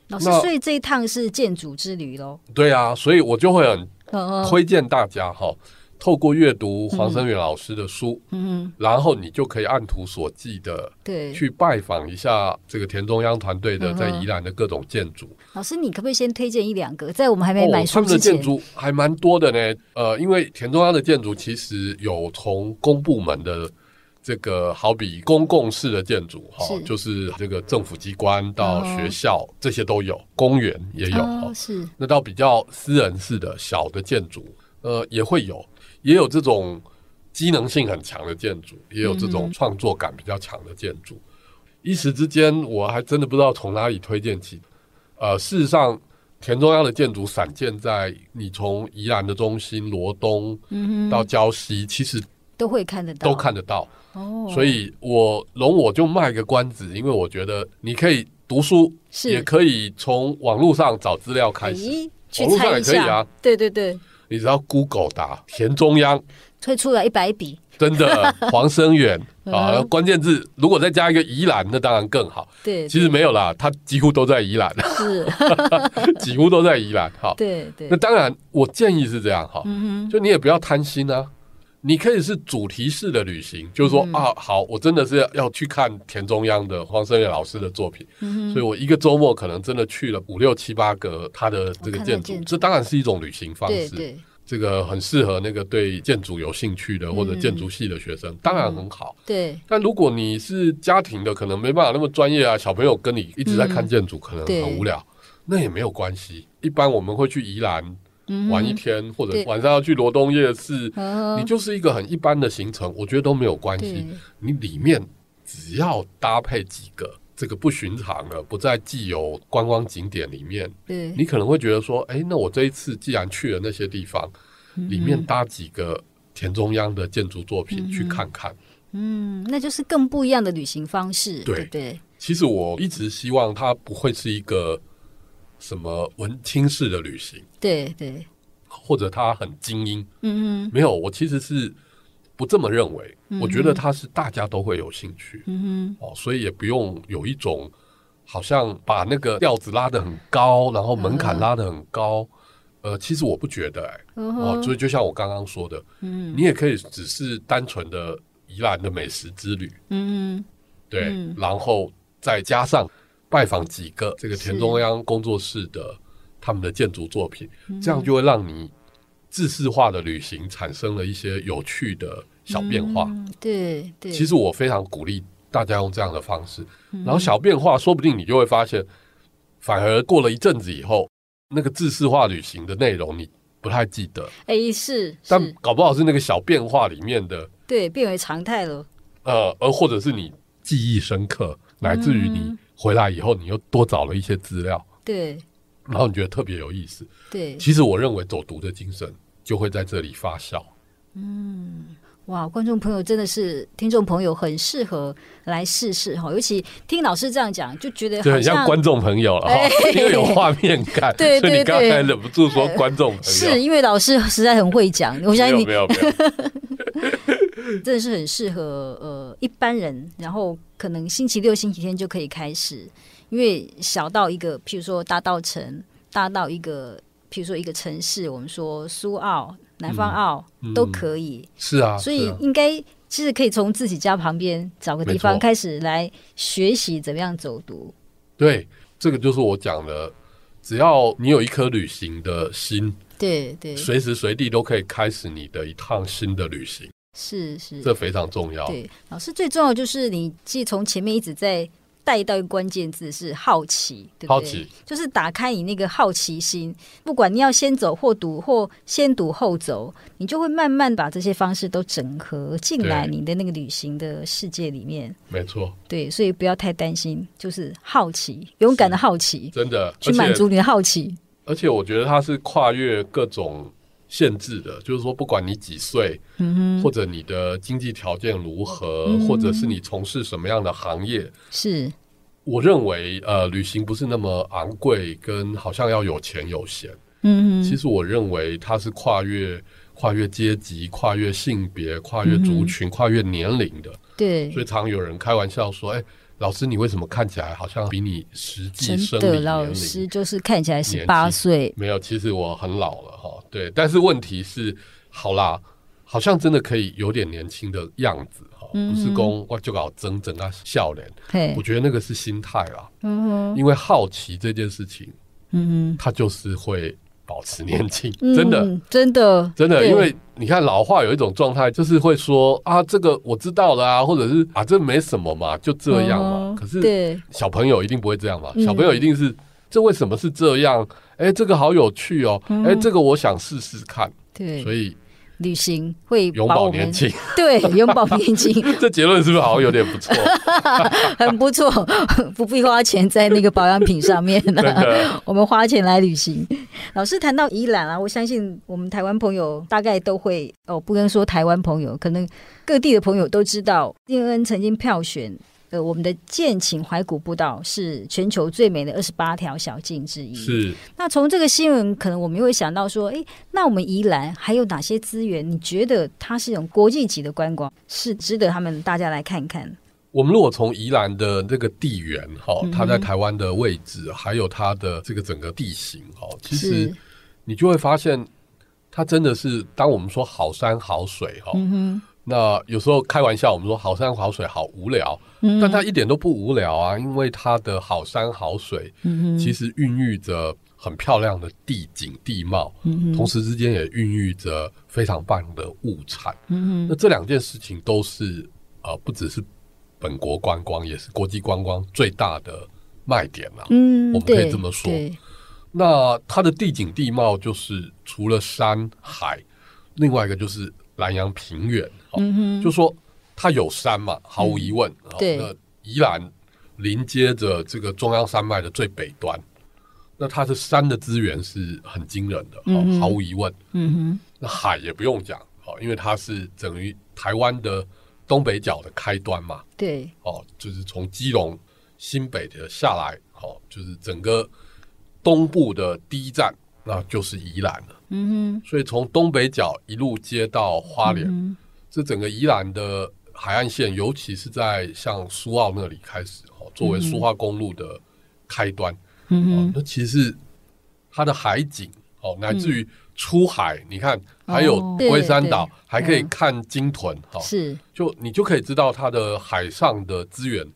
老师
那，
所以这一趟是建筑之旅哦喽，
对啊，所以我就会很
呵呵，
推荐大家哈、透过阅读黄生远老师的书，
嗯哼，
然后你就可以按图索骥的
对，
去拜访一下这个田中央团队的
嗯哼
在宜兰的各种建筑。
老师，你可不可以先推荐一两个，在我们还没
哦，
买
他
书
们的
之
建
前，
筑还蛮多的呢。呃，因为田中央的建筑其实有从公部门的这个好比公共式的建筑哈、
是
就是这个政府机关到
哦
学校、这些都有，公园也有。哈
哦，是，
那到比较私人式的小的建筑，呃，也会有，也有这种机能性很强的建筑，也有这
嗯
种创作感比较强的建筑。一时之间，我还真的不知道从哪里推荐起。呃，事实上，田中央的建筑散见在你从宜兰的中心罗东
嗯哼，
到礁溪，其实
都会看得到，
都看得到。
哦，
所以我容我就卖个关子，因为我觉得你可以读书，
是
也可以从网络上找资料开始。
咦，去
网络上
猜
也
一
可以
下，
啊
对对对，
你只要 Google 打田中央，
会出来一百笔，
真的黄生远啊
嗯，
关键字如果再加一个宜兰，那当然更好。
对，
其实没有啦，他几乎都在宜兰，
是，
几乎都在宜兰。好，
对对
那，当然我建议是这样哈，
嗯哼，
就你也不要贪心啊。你可以是主题式的旅行，就是说、
嗯
啊，好，我真的是要去看田中央的黄生远老师的作品，
嗯
所以
哼，
我一个周末可能真的去了五六七八个他的这
我看
个
到
建筑，
建筑
这当然是一种旅行方
对
式。
对，
这个很适合那个对建筑有兴趣
嗯
的或者建筑系的学生，当然很好。
对
但如果你是家庭的，可能没办法那么专业啊，小朋友跟你一直在看建筑，可能
对
很无聊，那也没有关系。一般我们会去宜兰
嗯
玩一天，或者
对
晚上要去罗东夜市，
嗯
你就是一个很一般的行程，我觉得都没有关系
对。
你里面只要搭配几个这个不寻常的，不在既有观光景点里面，
对
你可能会觉得说，哎，那我这一次既然去了那些地方，里面搭几个田中央的建筑作品去看看。
嗯，那就是更不一样的旅行方式，
对
对不对？
其实我一直希望它不会是一个什么文青式的旅行，
对对，
或者它很精英。
嗯
没有，我其实是不这么认为。我觉得它是大家都会有兴趣、
嗯
哦，所以也不用有一种好像把那个调子拉得很高，然后门槛拉得很高。呃，其实我不觉得、哎
哼，嗯
哦，
哼，
所以就像我刚刚说的，
嗯
你也可以只是单纯的宜兰的美食之旅，
嗯
对，
嗯
然后再加上拜访几个这个
是嗯
田中央工作室的他们的建筑作品，这样就会让你自式化的旅行产生了一些有趣的小变化。
嗯，对对，
其实我非常鼓励大家用这样的方式，
嗯
然后小变化，说不定你就会发现，反而过了一阵子以后，那个自式化旅行的内容你不太记得，
哎是
但
是，
搞不好是那个小变化里面的。
对，变为常态了，
呃，而或者是你记忆深刻，乃至于
嗯
你回来以后，你又多找了一些资料，
对
然后你觉得特别有意思。
对，
其实我认为走读的精神就会在这里发酵。
哇，观众朋友真的是听众朋友很适合来试试哈，尤其听老师这样讲，就觉得
就
好
很像观众朋友了哈
哎，
因为有画面感，
对
所以你
对
刚
对
才忍不住说观众朋友
是。因为老师实在很会讲，我相
没
信
有
你
没有没有，
真的是很适合呃一般人，然后可能星期六、星期天就可以开始，因为小到一个，譬如说大稻城，大到一个，譬如说一个城市，我们说苏澳、南方澳、
嗯
都可以，
是啊，
所
是
以
啊
应该其实可以从自己家旁边找个地
没
方
错
开始来学习怎么样走读。
对这个就是我讲的，只要你有一颗旅行的心，
对对，
随时随地都可以开始你的一趟新的旅行，
是是，
这非常重要。
对，老师最重要就是你既从前面一直在带到一个关键字是好奇，对不对？
好奇
就是打开你那个好奇心，不管你要先走或读，或先读后走，你就会慢慢把这些方式都整合进来
对
你的那个旅行的世界里面。
没错，
对，所以不要太担心，就是好奇，勇敢的好奇，
真的，
去
而且
满足你的好奇。
而且我觉得它是跨越各种限制的，就是说，不管你几岁，
嗯哼，
或者你的经济条件如何，或者是你从事什么样的行业，
是
我认为，呃，旅行不是那么昂贵，跟好像要有钱有闲。
嗯
其
哼，
实我认为它是跨越跨越阶级、跨越性别、跨越族
嗯
群、跨越年龄的。
对
所，以常有人开玩笑说：“哎，老师，你为什么看起来好像比你实际
真
生理
的
年
老
龄
师就是看起来
纪
十八岁，
没有，其实我很老了哈。对，但是问题是，好啦，好像真的可以有点年轻的样子哈，
嗯
不是公我就搞整整啊笑脸。
嘿
我，觉得那个是心态啦，
嗯哼，
因为好奇这件事情，
嗯哼。
它就是会保持年轻，
嗯
真的。
真的，
真的，
对
因为你看老话有一种状态，就是会说啊，这个我知道了啊，或者是啊，这没什么嘛，就这样嘛
嗯。
可是
对
小朋友一定不会这样嘛，
嗯
小朋友一定是这为什么是这样？哎、这个好有趣哦，哎、这个我想试试看，
嗯对，
所以
旅行会
永
把我
葆
们
年轻，，
对，永葆年轻
这结论是不是好像有点不错？
很不错， 不必花钱在那个保养品上面
真
了。
的，
我们花钱来旅行。老师谈到宜兰啊，我相信我们台湾朋友大概都会哦，不能说台湾朋友，可能各地的朋友都知道，丁恩曾经票选。呃，我们的剑琴怀古步道是全球最美的二十八条小径之一。
是
那从这个新闻，可能我们又会想到说，诶，那我们宜兰还有哪些资源？你觉得它是一种国际级的观光，是值得他们大家来看看？
我们如果从宜兰的这个地缘哈，它
嗯
在台湾的位置，还有它的这个整个地形哈，其实
是，
你就会发现，它真的是当我们说好山好水哈，
嗯
那有时候开玩笑，我们说好山好水好无聊，但它一点都不无聊啊，因为它的好山好水，其实孕育着很漂亮的地景地貌，同时之间也孕育着非常棒的物产。
嗯
那这两件事情都是呃，不只是本国观光，也是国际观光最大的卖点啊啦、
嗯，
我们可以
对
这么说
对，
那它的地景地貌就是除了山海，另外一个就是南洋平原。哦、就说它有山嘛，毫无疑问。哦
对
那宜兰临接着这个中央山脉的最北端，那它的山的资源是很惊人的，哦毫无疑问。
嗯
那海也不用讲，哦，因为它是等于台湾的东北角的开端嘛。
哼，对，
哦，就是从基隆新北的下来，哦，就是整个东部的第一站，那就是宜兰了。
嗯
所以从东北角一路接到花莲，
嗯
这整个宜兰的海岸线，尤其是在像苏澳那里开始，哦，作为苏花公路的开端，
哼，嗯
哦
哼，
那其实它的海景，哦，乃至于出海，你看还
嗯哦
有龟山
对
岛，
对
还可以
嗯
看鲸豚，好、哦，
是，
就你就可以知道它的海上的资源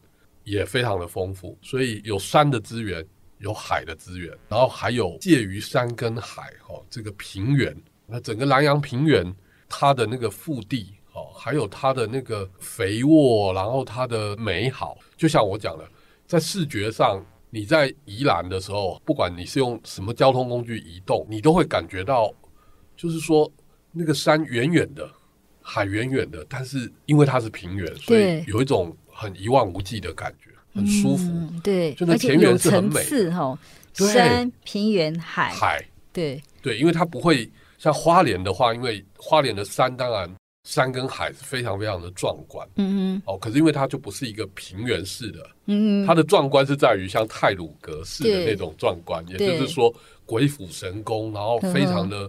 也非常的丰富，所以有山的资源，有海的资源，然后还有介于山跟海哦这个平原，那整个南洋平原它的那个腹地哦，还有它的那个肥沃，然后它的美好，就像我讲的，在视觉上。你在宜兰的时候，不管你是用什么交通工具移动，你都会感觉到，就是说那个山远远的，海远远的，但是因为它是平原，所以有一种很一望无际的感觉，很舒服。
嗯，对，
就那
而且
田园
有
是很
层
美的
次哈，
对
山、平原、海，
海
对，
对，因为它不会像花莲的话，因为花莲的山当然山跟海是非常非常的壮观
嗯
哦，可是因为它就不是一个平原式的，
哼，嗯
它
哼，
的壮观是在于像泰鲁格式的
对
那种壮观，也
对
就是说鬼斧神工，然后非常的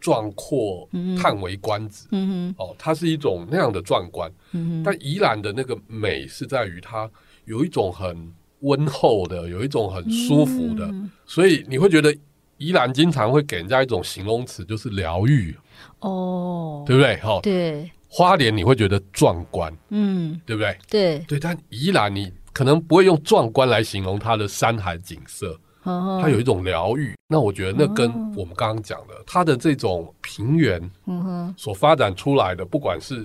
壮阔，叹为观止。
嗯
哦，它是一种那样的壮观。
哼，嗯哼，
但宜兰的那个美是在于它有一种很温厚的，有一种很舒服的，
嗯
所以你会觉得宜兰经常会给人家一种形容词，就是疗愈，
哦，
对不对？哈、
嗯对，
花莲你会觉得壮观，
嗯，
对不对？
对，
对，但宜兰你可能不会用壮观来形容它的山海景色，它
它
有一种疗愈。那我觉得那跟
哦
我们刚刚讲的，它的这种平原
嗯哼，
所发展出来的，不管是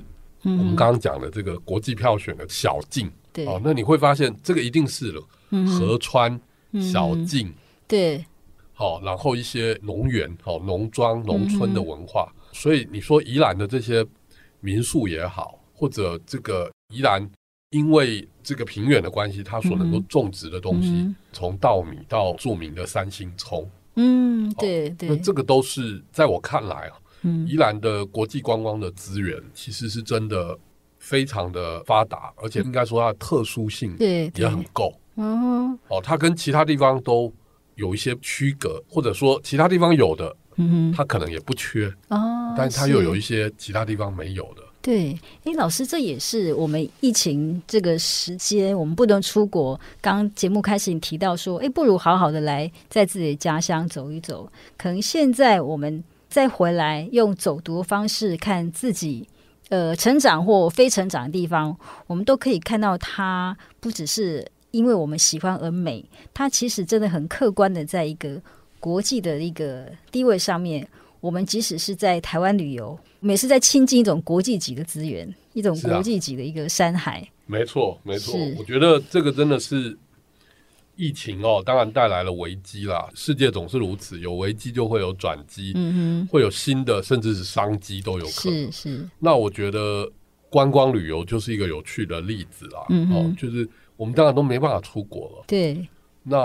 嗯
我
哼
们刚刚讲的这个国际票选的小径。
对，
哦，那你会发现这个一定是了，
嗯哼嗯
河川、小径，
对，
好、然后一些农园、好、农
嗯
庄、农村的文化。所以你说宜兰的这些民宿也好，或者这个宜兰因为这个平原的关系，它所能够种植的东西，
嗯
从稻米到著名的三星葱，
嗯，对对
哦那，这个都是在我看来啊，
嗯
宜兰的国际观光的资源其实是真的非常的发达，而且应该说它的特殊性
对对
也很够。
嗯
哦，它跟其他地方都有一些区隔，或者说其他地方有的，
嗯
它可能也不缺，
哼，哦，
但是它又有
一
一些其他地方没有的。
对，哎，老师，这也是我们疫情这个时间，我们不能出国。刚刚节目开始你提到说，哎，不如好好的来在自己的家乡走一走。可能现在我们再回来，用走读的方式看自己。呃，成长或非成长的地方，我们都可以看到它不只是因为我们喜欢而美，它其实真的很客观的在一个国际的一个地位上面，我们即使是在台湾旅游，我们也是在亲近一种国际级的资源，一种
是啊
国际级的一个山海。
没错，没错
是，
我觉得这个真的是疫情哦，当然带来了危机啦。世界总是如此，有危机就会有转机，
嗯
会有新的，甚至是商机都有
哼，
可
是
能。
是，
那我觉得观光旅游就是一个有趣的例子啦。
嗯哼
哦，就是我们当然都没办法出国了。
对，
那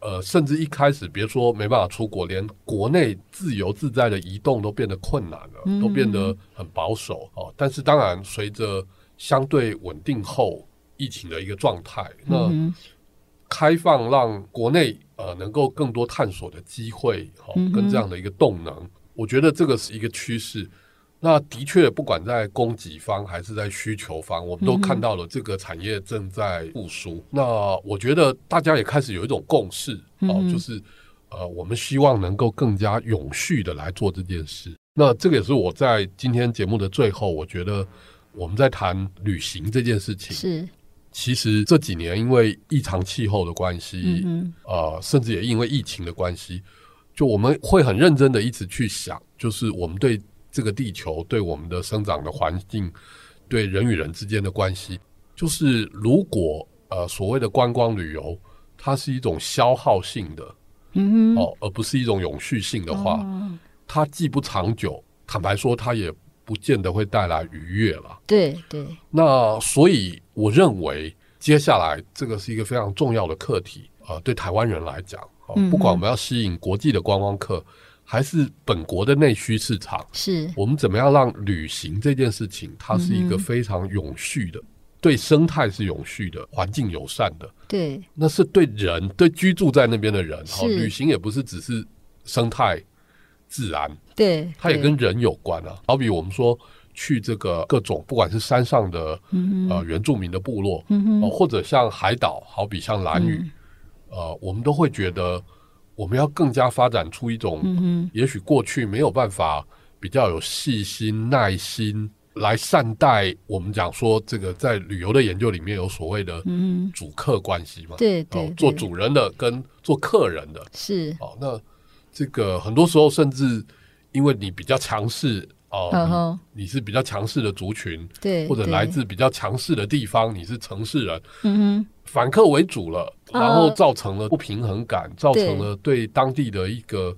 呃，甚至一开始别说没办法出国，连国内自由自在的移动都变得困难了，
嗯
都变得很保守哦。但是当然，随着相对稳定后疫情的一个状态，那
嗯
开放让国内呃能够更多探索的机会，哦
嗯哼，
跟这样的一个动能，我觉得这个是一个趋势。那的确，不管在供给方还是在需求方，我
嗯
们都看到了这个产业正在复苏。那我觉得大家也开始有一种共识
嗯
哦、就是呃，我们希望能够更加永续的来做这件事。那这个也是我在今天节目的最后，我觉得我们在谈旅行这件事
哼，
情，
是，
其实这几年因为异常气候的关系，
嗯哼，
呃，甚至也因为疫情的关系，就我们会很认真的一直去想，就是我们对这个地球、对我们的生长的环境、对人与人之间的关系，就是如果呃所谓的观光旅游，它是一种消耗性的，
嗯哼，
哦，而不是一种永续性的话，
哦
它既不长久，坦白说，它也不见得会带来愉悦了。
对对，
那所以我认为，接下来这个是一个非常重要的课题啊、呃对台湾人来讲，哦
嗯哼
不管我们要吸引国际的观光客，还是本国的内需市场，
是
我们怎么样让旅行这件事情，它是一个
嗯哼
非常永续的，对生态是永续的，环境友善的，
对
那是对人，对居住在那边的人，哈、
是
旅行也不是只是生态自然，
对，
它也
对
跟人有关啊。好比我们说去这个各种，不管是山上的、
嗯
呃
哼
原住民的部落，
嗯
呃
哼
或者像海岛，好比像兰屿，
嗯
呃，我们都会觉得我们要更加发展出一种，
嗯哼
也许过去没有办法比较有细心、耐心来善待我们讲说这个在旅游的研究里面有所谓的
嗯
主客关系嘛
哼，，对
哦
对，
做
对
主人的跟做客人的，
是
哦，那这个很多时候甚至因为你比较强势哦、
嗯哼
你是比较强势的族群，
对，
或者
对
来自比较强势的地方，你是城市人，
嗯
反客为主了，
啊
然后造成了不平衡感，造成了对当地的一个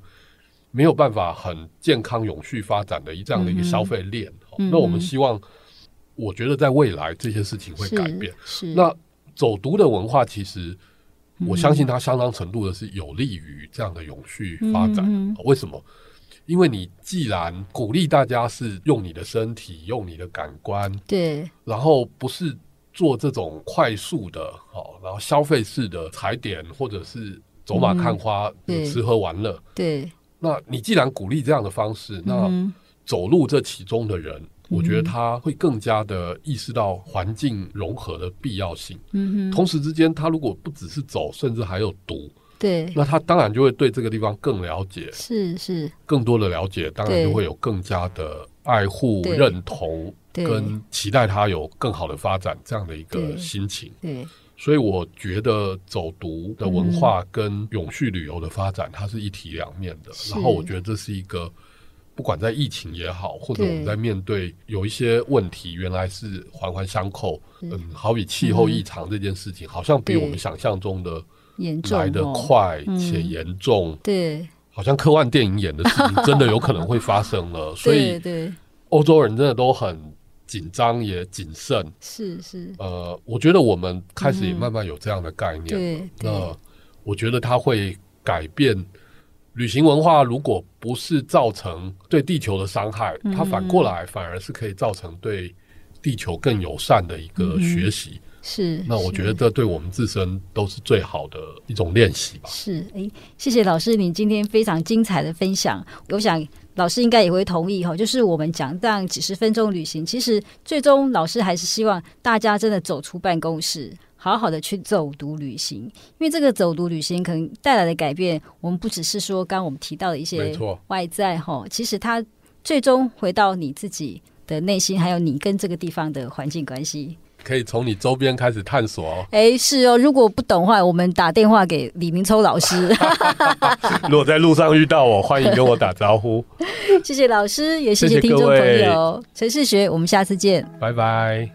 没有办法很健康永续发展的一这样的一个
嗯哼
消费链。哦
嗯哼
那我们希望，我觉得在未来这些事情
哼，
会
是
改变。
是
那走读的文化其实。我相
嗯
信它相当程度的是有利于这样的永续发展。哦
嗯嗯嗯
为什么？因为你既然鼓励大家是用你的身体、用你的感官，
对
然后不是做这种快速的哦，然后消费式的踩点或者是走马看花、
对
吃喝玩乐。
对，
那你既然鼓励这样的方式，那
嗯
走入这其中的人，我觉得
嗯
他会更加的意识到环境融合的必要性。
哼嗯哼，
同时之间，他如果不只是走，甚至还有读，
对
那他当然就会对这个地方更了解，
是是，
更多的了解，当然
对
就会有更加的爱护、
对
认同
对
跟期待他有更好的发展这样的一个
对
心情。
对
所以我觉得走读的文
嗯
化跟永续旅游的发展，它是一体两面的。
是
然后我觉得这是一个，不管在疫情也好，或者
对
我们在面对有一些问题，原来是环环相扣。
是
嗯，好比气候异常这件事情，好像比
对
我们想象中
嗯
的
严重
来得
哦，
快
嗯
且严重，
对
好像科幻电影演的事情真的有可能会发生了。所
对
以
对
欧洲人真的都很紧张也谨慎。
是是，
呃，我觉得我们开始也
嗯
慢慢有这样的概念。
对对
那我觉得它会改变旅行文化。如果不是造成对地球的伤害，
嗯
它反过来反而是可以造成对地球更友善的一个学习。
是，
那我
是
觉得。这对我们自身都是最好的一种练习吧。
是，诶，谢谢老师，你今天非常精彩的分享，我想老师应该也会同意哈，就是我们讲这样几十分钟旅行，其实最终老师还是希望大家真的走出办公室。好好的去走读旅行，因为这个走读旅行可能带来的改变，我们不只是说刚刚我们提到的一
没
些
错
外在哈，其实它最终回到你自己的内心，还有你跟这个地方的环境关系。
可以从你周边开始探索哦。
哎，是哦，如果不懂的话，我们打电话给李明秋老师。
如果在路上遇到我，欢迎跟我打招 呼。
谢谢老师，也谢
谢
谢
谢
听众
各
朋
位
友。陈世学，我们下次见。
拜拜。